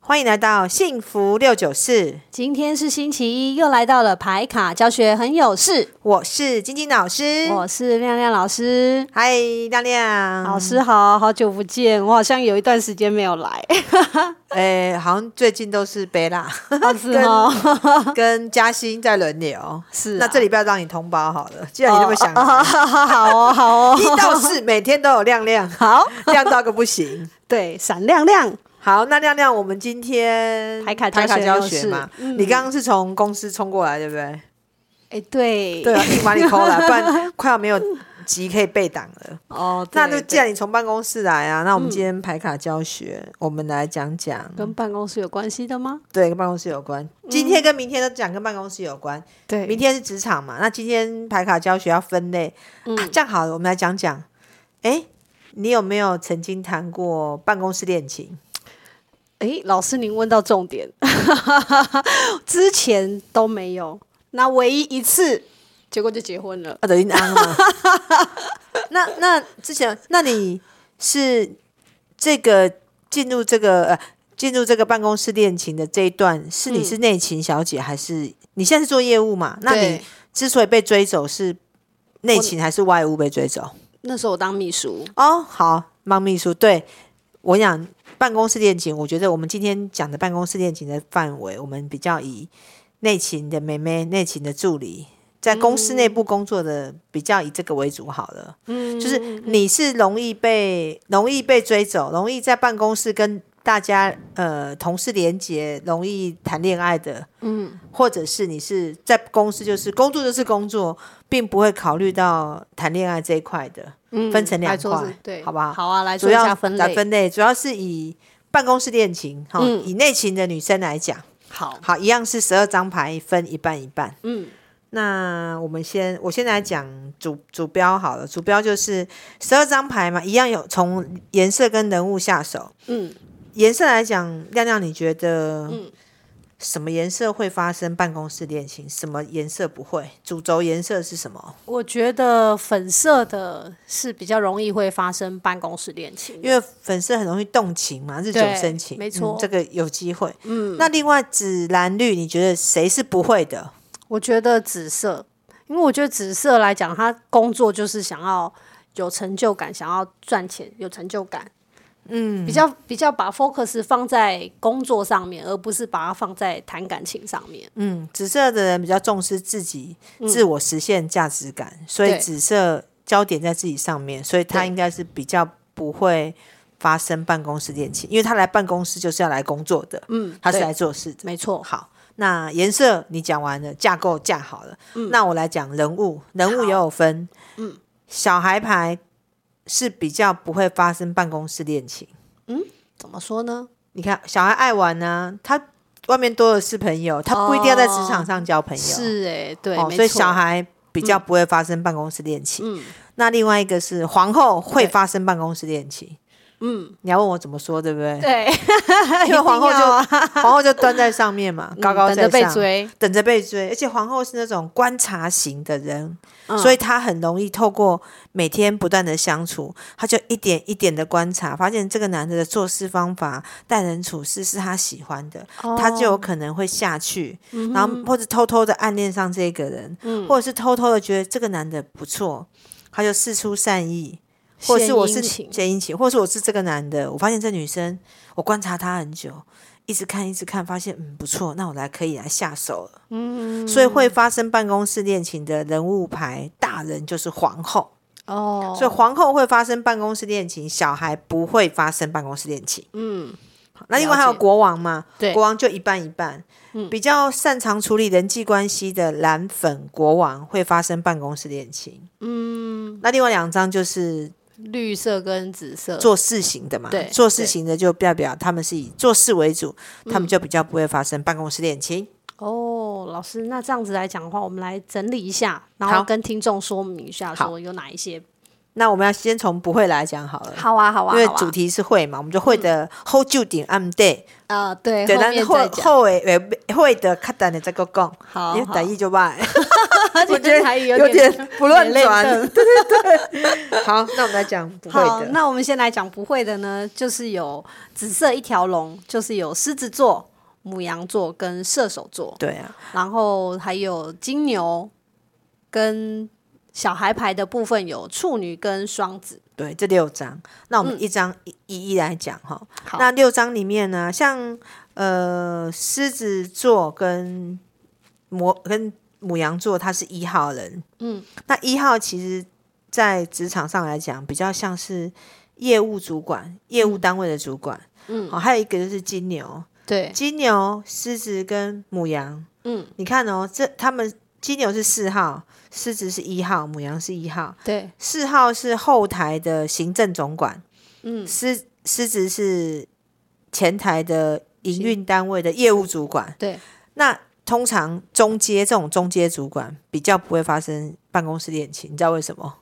欢迎来到幸福六九四，今天是星期一，又来到了牌卡教学很有事。我是晶晶老师。我是亮亮老师，嗨，亮亮老，师哦好，好久不见，我好像有一段时间没有来，啊哎、好像最近都是贝拉好是 哦，跟嘉欣在轮流。是啊那这礼拜让你同胞好了，既然你那么想，好哦，好哦， 一到四每天都有亮亮， 好，亮到个不行。对，闪亮亮，好，那亮亮，我们今天牌卡牌卡教教学学嘛，嗯你刚刚是从公司冲过来，对不对？哎，对，对啊，硬把你抠来，不 然快要没有集可以备档了。哦，对那就对既然你从办公室来啊，那我们今天排卡教学，我们来讲讲跟办公室有关系的吗？对跟办公室有关。今天跟明天都讲跟办公室有关，对明天是职场嘛，那今天排卡教学要分类，嗯啊、这样好了，我们来讲讲，哎，你有没有曾经谈过办公室恋情？诶，老师，您问到重点， 之前都没有，那唯一一次，结果就结婚了。啊，等于安嘛。 那那之前，那你是这个进入这个呃进入这个办公室恋情的这一段，是你嗯是内勤小姐、还是你现在是做业务嘛？那对你之所以被追走，是内勤还是外务被追走？那时候我当秘书，哦，好，忙秘书，对我想办公室恋情，我觉得我们今天讲的办公室恋情的范围，我们比较以内勤的妹妹、内勤的助理，在公司内部工作的，比较以这个为主好了。嗯，就是你是容易被容易被追走，容易在办公室跟大家呃同事连结，容易谈恋爱的，嗯，或者是你是在公司就是工作就是工作，并不会考虑到谈恋爱这一块的。嗯分成两来说是块对，好不好好啊，来主做一要下分来类，分类，主要是以办公室恋情哈，嗯以内勤的女生来讲，好，好，一样是十二张牌分一半一半。嗯，那我们先，我先来讲主主标好了，主标就是十二张牌嘛，一样有从颜色跟人物下手。嗯，颜色来讲，亮亮，你觉得嗯什么颜色会发生办公室恋情？什么颜色不会？主轴颜色是什么？我觉得粉色的是比较容易会发生办公室恋情的，因为粉色很容易动情嘛，日久对生情，没嗯错这个有机会。嗯，那另外紫蓝绿，你觉得谁是不会的？我觉得紫色，因为我觉得紫色来讲，他工作就是想要有成就感，想要赚钱，有成就感。嗯，比较比较把 focus 放在工作上面，而不是把它放在谈感情上面。嗯，紫色的人比较重视自己、自我实现价值感，所以嗯对紫色焦点在自己上面，所以他对应该是比较不会发生办公室恋情，因为他来办公室就是要来工作的，嗯，他是对来做事的。没错，好，那颜色你讲完了，架构架好了，嗯那我来讲人物，人物也有分，嗯，小孩牌是比较不会发生办公室恋情。怎么说呢？你看，小孩爱玩呢、他外面多的是朋友，他不一定要在职场上交朋友，是哎、对，哦，没所以错小孩比较不会发生办公室恋情。嗯那另外一个是皇后会发生办公室恋情。嗯，你要问我怎么说，对不对？对，因为皇后就、一定要啊皇后就端在上面嘛，高高嗯在等着上，被追，等着被追，而且皇后是那种观察型的人，嗯所以她很容易透过每天不断的相处，她就一点一点的观察，发现这个男的的做事方法、待人处事是她喜欢的，哦她就有可能会下去，嗯然后或者偷偷的暗恋上这个人，或者是偷偷的觉得这个男的不错，她就试出善意。或者是我是献殷勤献殷勤，或者是我是这个男的，我发现这女生，我观察她很久，一直看一直看，发现嗯不错，那我来可以来下手了。嗯所以会发生办公室恋情的人物牌，大人就是皇后，哦，所以皇后会发生办公室恋情，小孩不会发生办公室恋情。嗯那另外还有了解国王嘛，对嗯国王就一半一半。比较擅长处理人际关系的蓝粉国王会发生办公室恋情。嗯，那另外两张就是绿色跟紫色，做事型的嘛，对做事对型的就代表他们是以做事为主，嗯他们就比较不会发生办公室恋情。哦，老师，那这样子来讲的话，我们来整理一下，然好后跟听众说明一下，好说有哪一些那我们要先从不会来讲好了。好啊，好啊，因为好啊嗯主题是会嘛，我们就会的 hold 住点 I'm day，啊，对，对，后但是面会再讲。哦后尾呃会的，看等的再个讲，好因为好 台语就吧，我我觉得台语有有点不乱点转愣，对对对。好，那我们来讲不会好，的，那我们先来讲不会的呢，就是有紫色一条龙，就是有狮子座、母羊座跟射手座，对啊，然后还有金牛跟小孩牌的部分有处女跟双子。对，这六张，那我们一张一一一来讲哈。嗯好，那六张里面呢，像呃狮子座跟摩跟母羊座，他是一号人，嗯，那一号其实在职场上来讲，比较像是业务主管、业务单位的主管，嗯哦，还有一个就是金牛，对，金牛、狮子跟母羊，嗯，你看哦，这他们金牛是四号，狮子是一号，母羊是一号，对，四号是后台的行政总管，嗯，狮狮子是前台的营运单位的业务主管。对，那通常中阶这种中阶主管比较不会发生办公室恋情，你知道为什么？哦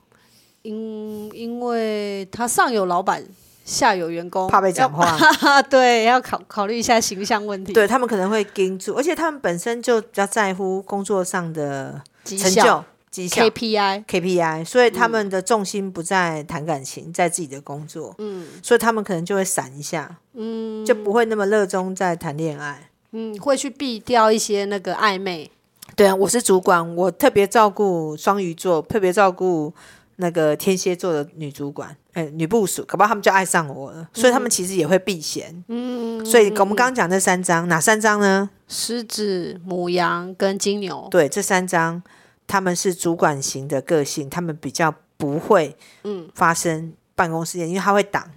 因因为他上有老板，下有员工，怕被讲要 话。对，要考考虑一下形象问题，对他们可能会盯住，而且他们本身就比较在乎工作上的绩成效就、绩效、 KPI， KPI，所以他们的重心不在谈感情，在自己的工作，嗯所以他们可能就会闪一下，嗯就不会那么热衷在谈恋爱。嗯，会去避掉一些那个暧昧，对啊，我是主管，我特别照顾双鱼座，特别照顾那个天蝎座的女主管，哎、女部属，搞不好他们就爱上我了，所以他们其实也会避嫌。嗯，所以我们刚刚讲这三张，哪三张呢？狮子、母羊跟金牛，对，这三张他们是主管型的个性，他们比较不会嗯，发生办公室恋，因为他会挡，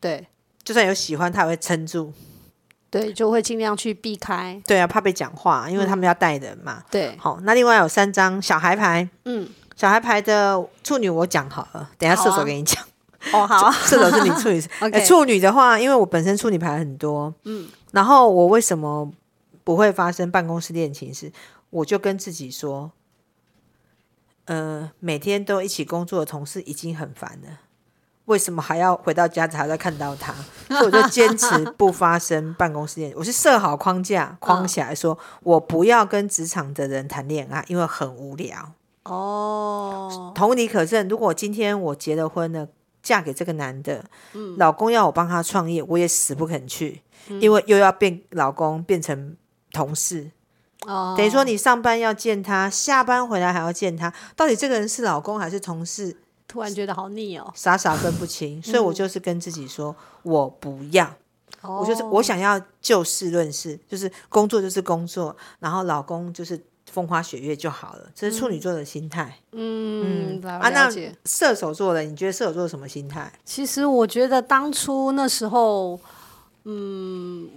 对就算有喜欢，他也会撑住。对，就会尽量去避开，对啊，怕被讲话，嗯因为他们要带人嘛。对，好，那另外有三张小孩牌，嗯，小孩牌的处女我讲好了，等一下射好手啊给你讲。 哦，好啊射手是你处女是，OK 哎处女的话，因为我本身处女牌很多，嗯，然后我为什么不会发生办公室恋情是，我就跟自己说，呃，每天都一起工作的同事已经很烦了，为什么还要回到家才再看到他？所以我就坚持不发生办公室恋情，我是设好框架框起来说，我不要跟职场的人谈恋爱，因为很无聊。哦，同理可证，如果今天我结了婚了，嫁给这个男的，老公要我帮他创业，我也死不肯去，因为又要变老公变成同事，哦，等于说你上班要见他，下班回来还要见他，到底这个人是老公还是同事，突然觉得好腻哦，傻傻分不清。所以我就是跟自己说，我不要，我我就是我哦想要就事论事，就是工作就是工作，然后老公就是风花雪月就好了，这是处女座的心态。嗯，了啊，那了解。射手座的，你觉得射手座什么心态？其实我觉得当初那时候，嗯，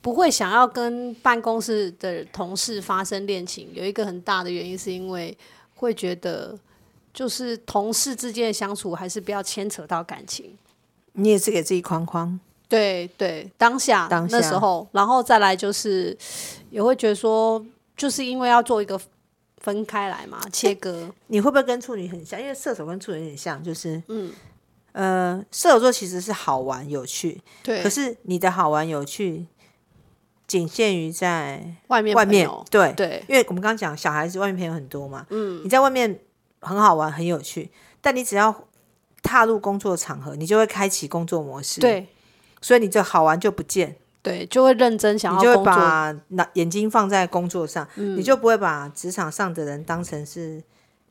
不会想要跟办公室的同事发生恋情，有一个很大的原因是因为会觉得，就是同事之间的相处还是不要牵扯到感情。你也是给自己框框，对对，当下当下那时候，然后再来就是也会觉得说，就是因为要做一个分开来嘛，切割。你会不会跟处女很像？因为射手跟处女有点像，就是嗯呃，射手座其实是好玩有趣，对可，是你的好玩有趣仅限于在外面外朋面友，对，对因为我们刚刚讲小孩子外面朋友很多嘛，嗯，你在外面很好玩很有趣，但你只要踏入工作场合，你就会开启工作模式，，对所以你这好玩就不见。对，就会认真想你就要会工作嗯把那眼睛放在工作上，你就不会把职场上的人当成是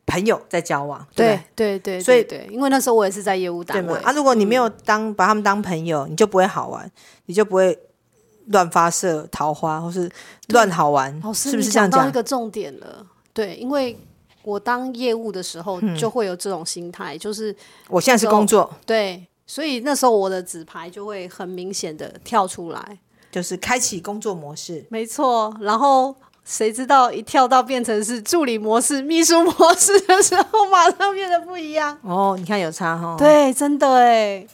朋友在交往，对对对，所以对对，因为那时候我也是在业务不对对单位嗯吗？啊，如果你没有当把他们当朋友，你就不会好玩，你就不会乱发射桃花，或是乱好玩，老师是不是哦你这样讲到讲一？个重点了，对，因为我当业务的时候嗯就会有这种心态，就是我现在是工哦作，对，所以那时候我的纸牌就会很明显的跳出来，就是开启工作模式。没错，然后。谁知道一跳到变成是助理模式、秘书模式的时候，马上变得不一样。哦，你看有差哈、哦，，对，真的哎，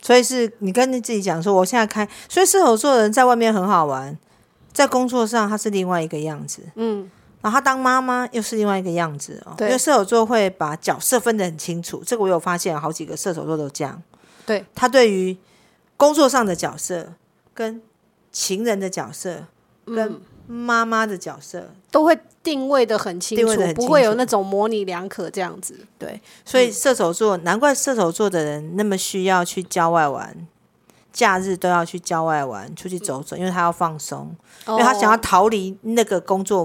所以是你跟你自己讲说，我现在开，所以射手座的人在外面很好玩，在工作上他是另外一个样子。嗯，然后她当妈妈又是另外一个样子哦，因对为射手座会把角色分得很清楚，这个我有发现，好几个射手座都这样。对，他对于工作上的角色、跟情人的角色、嗯跟妈妈的角色，都会定位的很清定位楚得很不会清有楚那种模棱两可这样子。对，所以射手座，难怪射手座的人那么需要去郊外玩，假日都要去郊外玩，出去走嗯走，因为他要放松，因为他想要哦逃离那个工作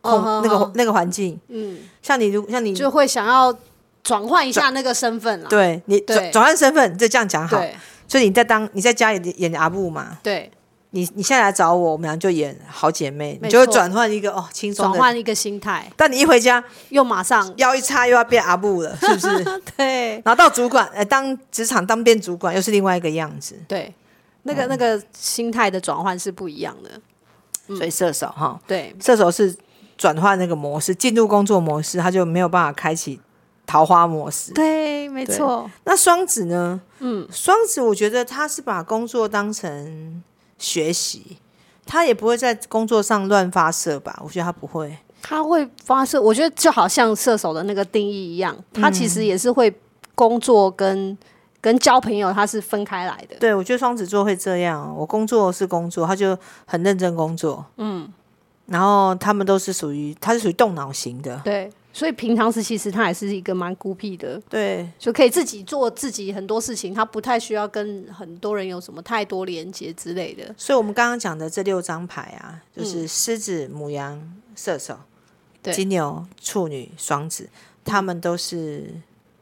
空、哦那哦个哦那个环境。嗯，像你如像你就会想要转换一下那个身份啦。对你对转转换身份，就这样讲好。对所以你在当你在家里演阿布嘛，对，你你现在来找我，我们俩就演好姐妹，你没就会错转换一个哦轻转松的。换一个心态，但你一回家，又马上腰一叉又要变阿布了， 是不是？对然后到主管，呃，当职场当变主管又是另外一个样子。对，那个那个心态的转换是不一样的。嗯所以射手哈，对，射手是转换那个模式，进入工作模式，他就没有办法开启桃花模式。对，没对错，那双子呢？嗯，双子我觉得他是把工作当成学习，他也不会在工作上乱发射吧？我觉得他不会。他会发射。我觉得就好像射手的那个定义一样，他其实也是会工作跟跟交朋友，他是分开来的。对，我觉得双子座会这样哦。我工作是工作，他就很认真工作。嗯，然后他们都是属于，他是属于动脑型的。对，所以平常时其实他也是一个蛮孤僻的，对，就可以自己做自己很多事情，他不太需要跟很多人有什么太多连接之类的。所以我们刚刚讲的这六张牌啊，就是狮子、母羊、射手、对金牛、处女、双子，他们都是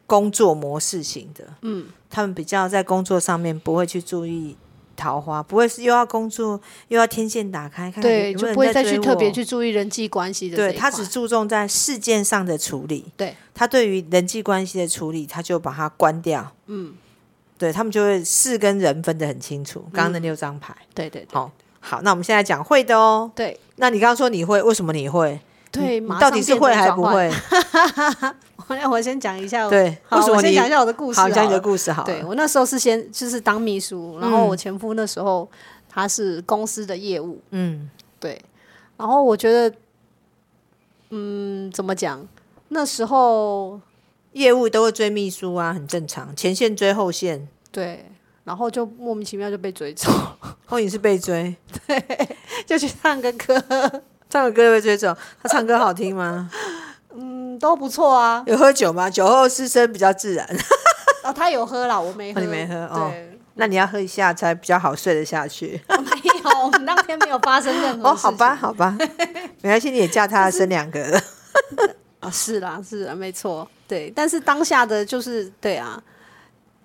工作模式型的。嗯，他们比较在工作上面不会去注意桃花，不会是又要工作又要天线打开，看看对，有没有就人不会在再去追特别我去注意人际关系的这对一块。他只注重在事件上的处理，对他对于人际关系的处理，他就把它关掉。嗯，对他们就会事跟人分得很清楚。嗯刚刚那六张牌，对对对好、好，那我们现在讲会的哦。对那你刚刚说你会，为什么你会？你对，马嗯到上底是变会成还转不换？会？ 那我先讲一下我，对，好，为什么我先你讲一下我的故事好，好了。讲你的故事好了。对我那时候是先就是当秘书，然后嗯我前夫那时候他是公司的业务，嗯，对，然后我觉得，嗯，怎么讲？那时候业务都会追秘书啊，很正常，前线追后线，对，然后就莫名其妙就被追走， 后影是被追。就去唱个歌，唱个歌被追走，他唱歌好听 吗？嗯，都不错啊。有喝酒吗？酒后失声比较自然。哦，他有喝啦，我没喝，哦你没喝哦对，那你要喝一下才比较好睡得下去。我没有，我们当天没有发生任何哦，事情。好吧，好 吧，没关系，你也嫁他生两个了。啊，是啦，是啦，没错，对。但是当下的就是对啊，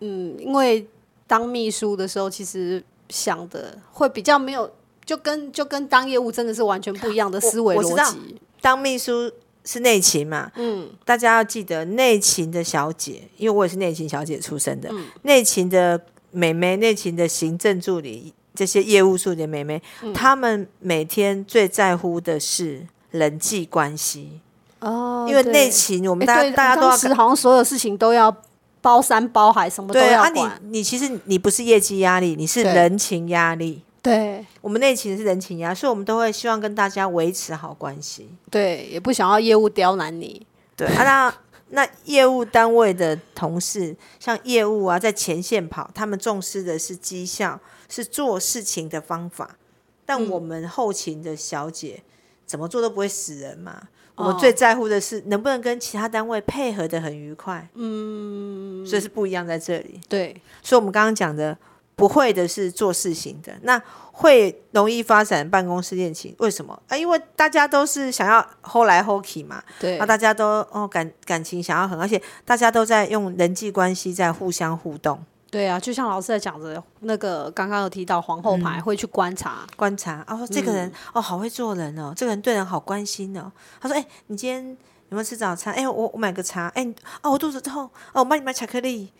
嗯，因为当秘书的时候，其实想的会比较没有，就跟就跟当业务真的是完全不一样的思维我知道逻辑。当秘书是内勤嘛，嗯，大家要记得内勤的小姐，因为我也是内勤小姐出身的，嗯内勤的美眉、内勤的行政助理、这些业务助理的美眉，嗯她们每天最在乎的是人际关系，哦因为对内勤我诶们大家、对大家都当要时好像所有事情都要包山包海，什么都对要啊你，管。你其实你不是业绩压力，你是对人情压力。对我们内勤是人情压，所以我们都会希望跟大家维持好关系。对，也不想要业务刁难你。对啊，那那业务单位的同事，像业务啊，在前线跑，他们重视的是绩效，是做事情的方法。但我们后勤的小姐、怎么做都不会死人嘛。我们哦最在乎的是能不能跟其他单位配合的很愉快，嗯，所以是不一样在这里。对所以我们刚刚讲的不会的是做事情的，那会容易发展办公室恋情，为什么？啊，因为大家都是想要 hold 来 hold 去嘛，对那大家都哦感感情想要很，而且大家都在用人际关系在互相互动对啊，就像老师在讲的，那个刚刚有提到皇后牌、会去观察，观察。哦，这个人、嗯哦好会做人哦，这个人对人好关心哦。他说：“哎、你今天有没有吃早餐？哎、我我买个茶。哎、你哦我肚子痛，哦我帮你买巧克力。”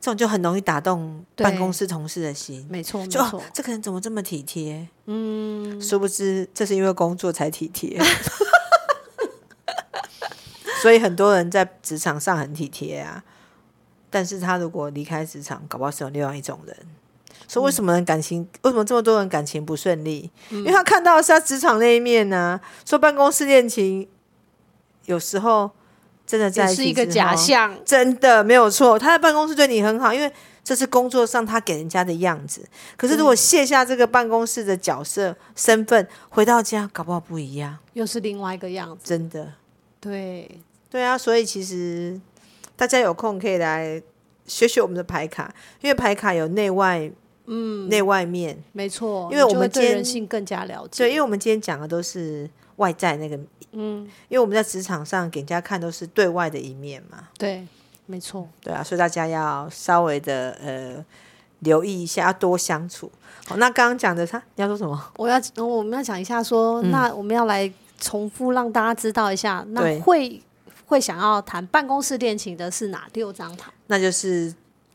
这种就很容易打动对办公室同事的心。没错没就、错哦、。这个人怎么这么体贴？嗯，殊不知这是因为工作才体贴， 所以很多人在职场上很体贴啊。但是他如果离开职场，搞不好是有另外一种人，说为什么人感情、为什么这么多人感情不顺利？因为他看到的是他职场那一面呢、说办公室恋情有时候真的在也一是起一个之假后象。真的没有错，他在办公室对你很好，因为这是工作上他给人家的样子。可是如果卸下这个办公室的角色身份，回到家搞不好不一样，又是另外一个样子。真的。对，对啊，所以其实大家有空可以来学学我们的牌卡，因为牌卡有内外，嗯，内外面。没错，因为你就我们会对今人性更加了解。对，因为我们今天讲的都是外在那个，嗯，因为我们在职场上给人家看都是对外的一面嘛。对，没错。对啊，所以大家要稍微的呃留意一下，要多相处。好，那刚刚讲的他，你要说什么？我要我们要讲一下说，那我们要来重复让大家知道一下，那对会会想要谈办公室恋情的是哪六张牌？那就是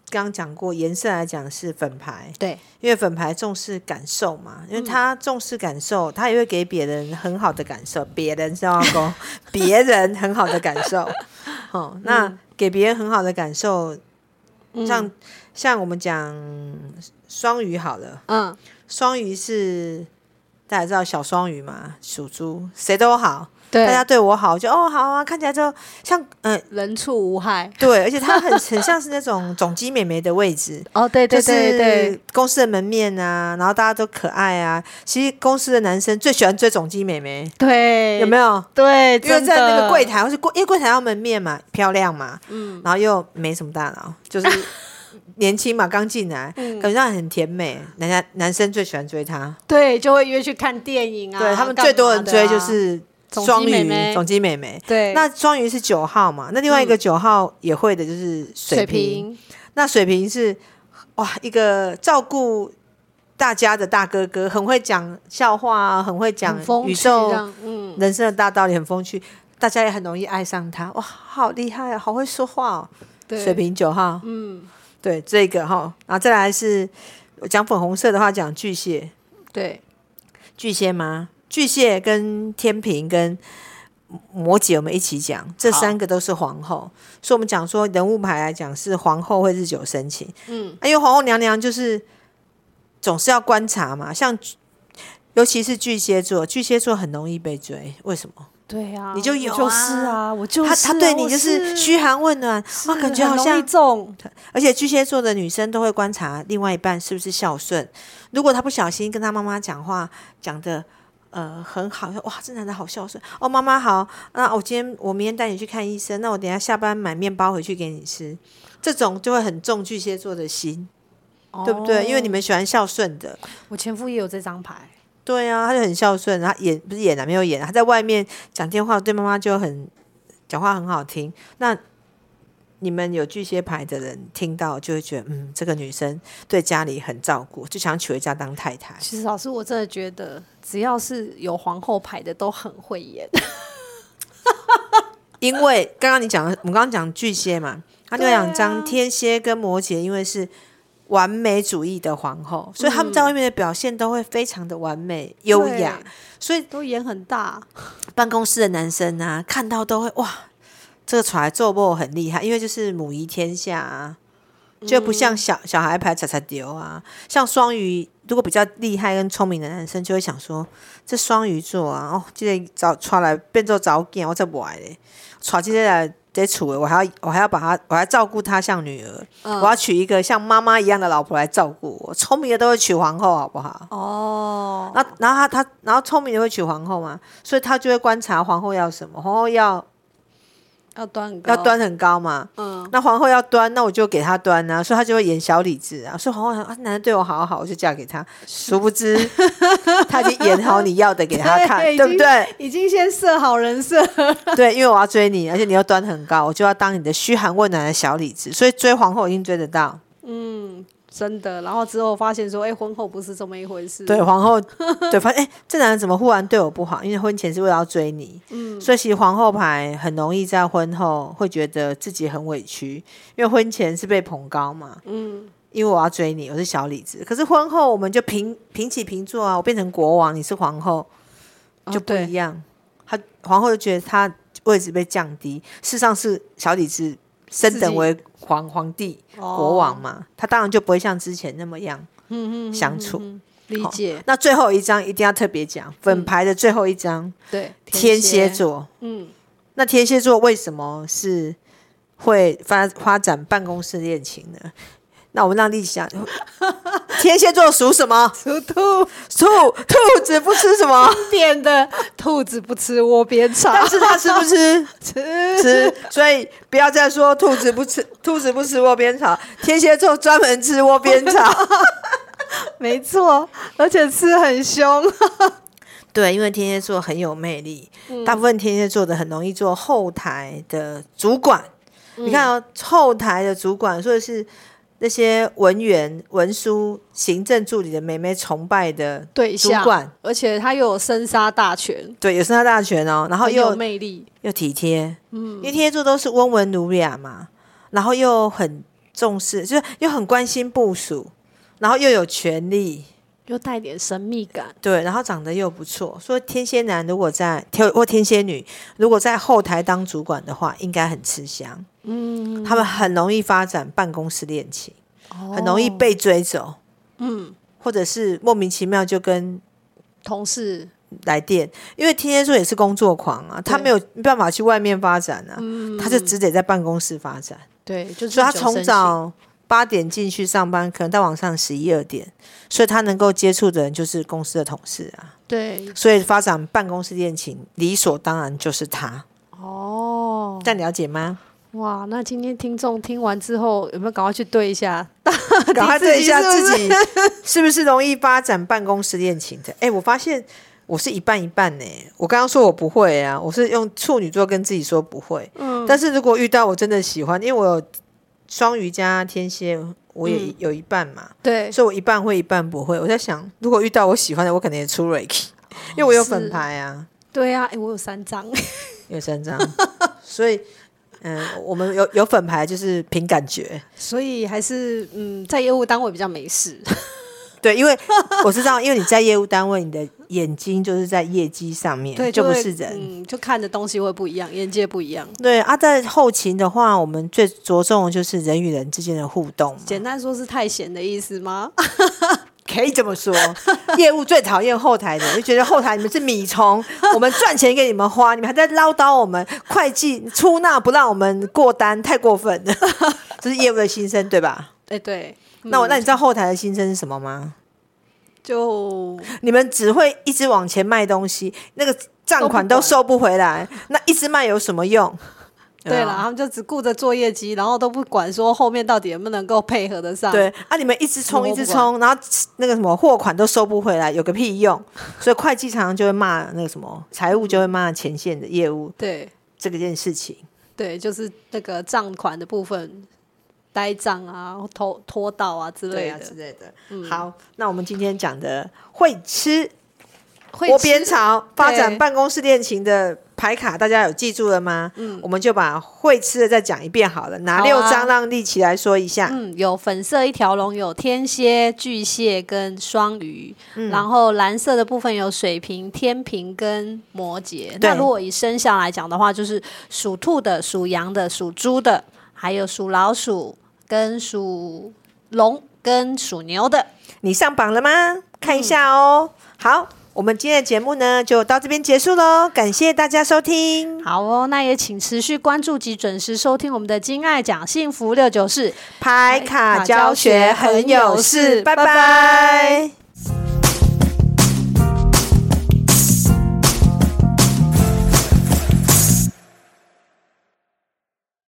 刚刚讲过，颜色来讲是粉牌，对，因为粉牌重视感受嘛，因为他重视感受，他也会给别人很好的感受，别人是要公，别人很好的感受。哦，那给别人很好的感受，嗯像像我们讲双鱼好了。嗯，双鱼是大家知道小双鱼嘛，属猪，谁都好，对，大家对我好就哦好啊，看起来就像嗯、呃人畜无害。对，而且它很很像是那种总机美眉的位置。哦，对 对对就对，是公司的门面啊，然后大家都可爱啊。其实公司的男生最喜欢追总机美眉，对，有没有？有？对，因为真在那个的柜台，或是柜，因为柜台要门面嘛，漂亮嘛，嗯，然后又没什么大脑，就是 年轻嘛，刚进来，嗯感觉上很甜美。男家男生最喜欢追她，对，就会约去看电影啊。对他们干最多人嘛的追啊就是总机双妹鱼、妹总机妹妹。对嗯那双鱼是九号嘛？那另外一个九号也会的就是水水瓶。瓶，那水瓶是哇，一个照顾大家的大哥哥，很会讲笑话啊，很会讲很风宇趣宙这样嗯，人生的大道理，很风趣，大家也很容易爱上他。哇，好厉害啊，好会说话哦！对，水瓶九号，嗯，对这个哈、然后再来是讲粉红色的话，讲巨蟹。对，巨蟹吗？巨蟹跟天平跟摩羯，我们一起讲，这好三个都是皇后，所以我们讲说人物牌来讲是皇后会日久生情，哎嗯，因为皇后娘娘就是总是要观察嘛，像尤其是巨蟹座，巨蟹座很容易被追，为什么？对呀、啊，你就我有就是啊啊，我就是、他啊、他对你我就是嘘寒问暖，哇，是感觉好很容易像中，而且巨蟹座的女生都会观察另外一半是不是孝顺。如果她不小心跟她妈妈讲话讲的呃很好，说哇这男的好孝顺哦，妈妈好，那我今天我明天带你去看医生，那我等一下下班买面包回去给你吃。这种就会很重巨蟹座的心，对不对？因为你哦们喜欢孝顺的，我前夫也有这张牌，对啊，他就很孝顺，他演不是演啊，没有演啊，他在外面讲电话对妈妈就很讲话很好听。那你们有巨蟹牌的人听到就会觉得，嗯，这个女生对家里很照顾，就想娶回家当太太。其实老师我真的觉得，只要是有皇后牌的都很会演，因为刚刚你讲的，我们刚刚讲巨蟹嘛，他就对啊两张天蝎跟摩羯，因为是完美主义的皇后，所以他们在外面的表现都会非常的完美、优雅。所以对，都演很大，办公室的男生啊，看到都会哇，这个出来做梦很厉害，因为就是母仪天下啊，就不像小小孩牌踩踩丢啊。像双鱼，如果比较厉害跟聪明的男生，就会想说，这双鱼座啊，哦，这个早出来变做早点，我才不爱嘞，娶这个来。在处我还要我还要把他，我还要照顾他像女儿，嗯我要娶一个像妈妈一样的老婆来照顾我。聪明的都会娶皇后，好不好？哦，然后，然后他他，然后聪明的会娶皇后嘛，所以他就会观察皇后要什么，皇后要要端很高要，端很高嘛，嗯，那皇后要端，那我就给她端啊，所以她就会演小李子啊，所以皇后想啊，男的对我好好，我就嫁给他，殊不知 他已经演好你要的给他看，对对已经不对？已经先设好人设，对，因为我要追你，而且你要端很高，我就要当你的嘘寒问暖的小李子，所以追皇后一定追得到。真的。然后之后发现说，哎，婚后不是这么一回事，对，皇后对，发现哎、这男人怎么忽然对我不好？因为婚前是为了要追你，嗯，所以其实皇后牌很容易在婚后会觉得自己很委屈，因为婚前是被捧高嘛，嗯，因为我要追你，我是小李子，可是婚后我们就平平起平坐啊，我变成国王，你是皇后，哦，就不对一样。她皇后就觉得她位置被降低，事实上是小李子升等为皇皇帝、哦国王嘛，他当然就不会像之前那么样嗯嗯，相处。理好解，那最后一张一定要特别讲，粉牌的最后一张、对，天蝎蝎，座。嗯，那天蝎座为什么是会发发展办公室恋情呢？那我们让丽想， 天蝎座属什么？属兔，兔兔子不吃什么？变的兔子不吃窝边 草，但是它吃不 吃？吃吃，所以不要再说兔子不吃，兔子不吃窝边草，天蝎座专门吃窝边草。没错，而且吃 很凶，对，因为天蝎座很有魅力，嗯大部分天蝎座的很容易做后台的主管。你看、哦、后台的主管，所以是那些文员、文书、行政助理的妹妹崇拜的对主象，管，而且他又有生杀大权，对，有三大大权哦，然后很有又魅力，又体贴，嗯，因为天蝎座都是温文儒雅嘛，然后又很重视，就是又很关心部署，然后又有权利，又带点神秘感，对，然后长得又不错，所以天蝎男如果在天或天蝎女如果在后台当主管的话，应该很吃香，嗯，他们很容易发展办公室恋情，很容易哦被追走，嗯或者是莫名其妙就跟同事，来电，因为天蝎座也是工作狂啊，他对没有办法去外面发展啊，嗯，他就只得在办公室发展。对，就是所以他久从生早八点进去上班，可能到晚上十一二点，所以他能够接触的人就是公司的同事啊。性对所以发展办公室恋情，理所当然就是他。哦，这样了解 吗？哇，那今天听众听完之后有没有赶快去对一下？赶快对一下自自己 是不是容易发展办公室恋情的？哎，我发现我是一半一半呢、我刚刚说我不会啊，我是用处女座跟自己说不会。嗯，但是如果遇到我真的喜欢，因为我有双鱼加天蝎，我也嗯有一半嘛。对，所以我一半会一半不会。我在想，如果遇到我喜欢的，我可能也出 Reiki，因为我有粉牌啊，对啊，哎，我有三张， 有三张，所以嗯，我们有有粉牌就是凭感觉，所以还是嗯，在业务单位比较没事。对，因为我知道，因为你在业务单位，你的眼睛就是在业绩上面，对，就不会是人。嗯，就看的东西会不一样，眼界不一样。对啊，在后勤的话，我们最着重的就是人与人之间的互动嘛，简单说是太闲的意思吗？ 可以这么说。 业务最讨厌后台的，就觉得后台你们是米 虫，我们赚钱给你们花，你们还在唠叨我们会计出纳不让我们过单，太过 分了。这是业务的心声，对吧？哎、对，那我那你知道后台的心声是什么吗？就你们只会一直往前卖东西，那个账款都收不回来，那一直卖有什么 用？对有了，没有他们就只顾着做业绩，然后都不管说后面到底能不能够配合得上。，对啊，你们一直冲，一直冲，然后那个什么货款都收不回来，有个屁 用！所以会计常常就会骂那个什么财务，就会骂前线的业务对，这个件事情。对，就是那个账款的部分，呆账啊、拖拖到啊之类对啊的。嗯之类的。好，那我们今天讲的会吃会窝吃边草发展对办公室恋情的牌卡，大家有记住了吗？我们就把会吃的再讲一遍好了，拿嗯好啊六张让丽琪来说一下。嗯，有粉色一条龙，有天蝎、巨蟹跟双鱼，然后蓝色的部分有水瓶、天平跟摩羯。对那如果以生肖来讲的话，就是属兔的、属羊的、属猪的，还有属老鼠跟属龙跟属牛的。你上榜了吗？看一下哦。好，我们今天的节目呢就到这边结束喽，感谢大家收听，好哦，那也请持续关注及准时收听我们的《金爱讲幸福六九四》。牌卡教学很有事，拜拜拜拜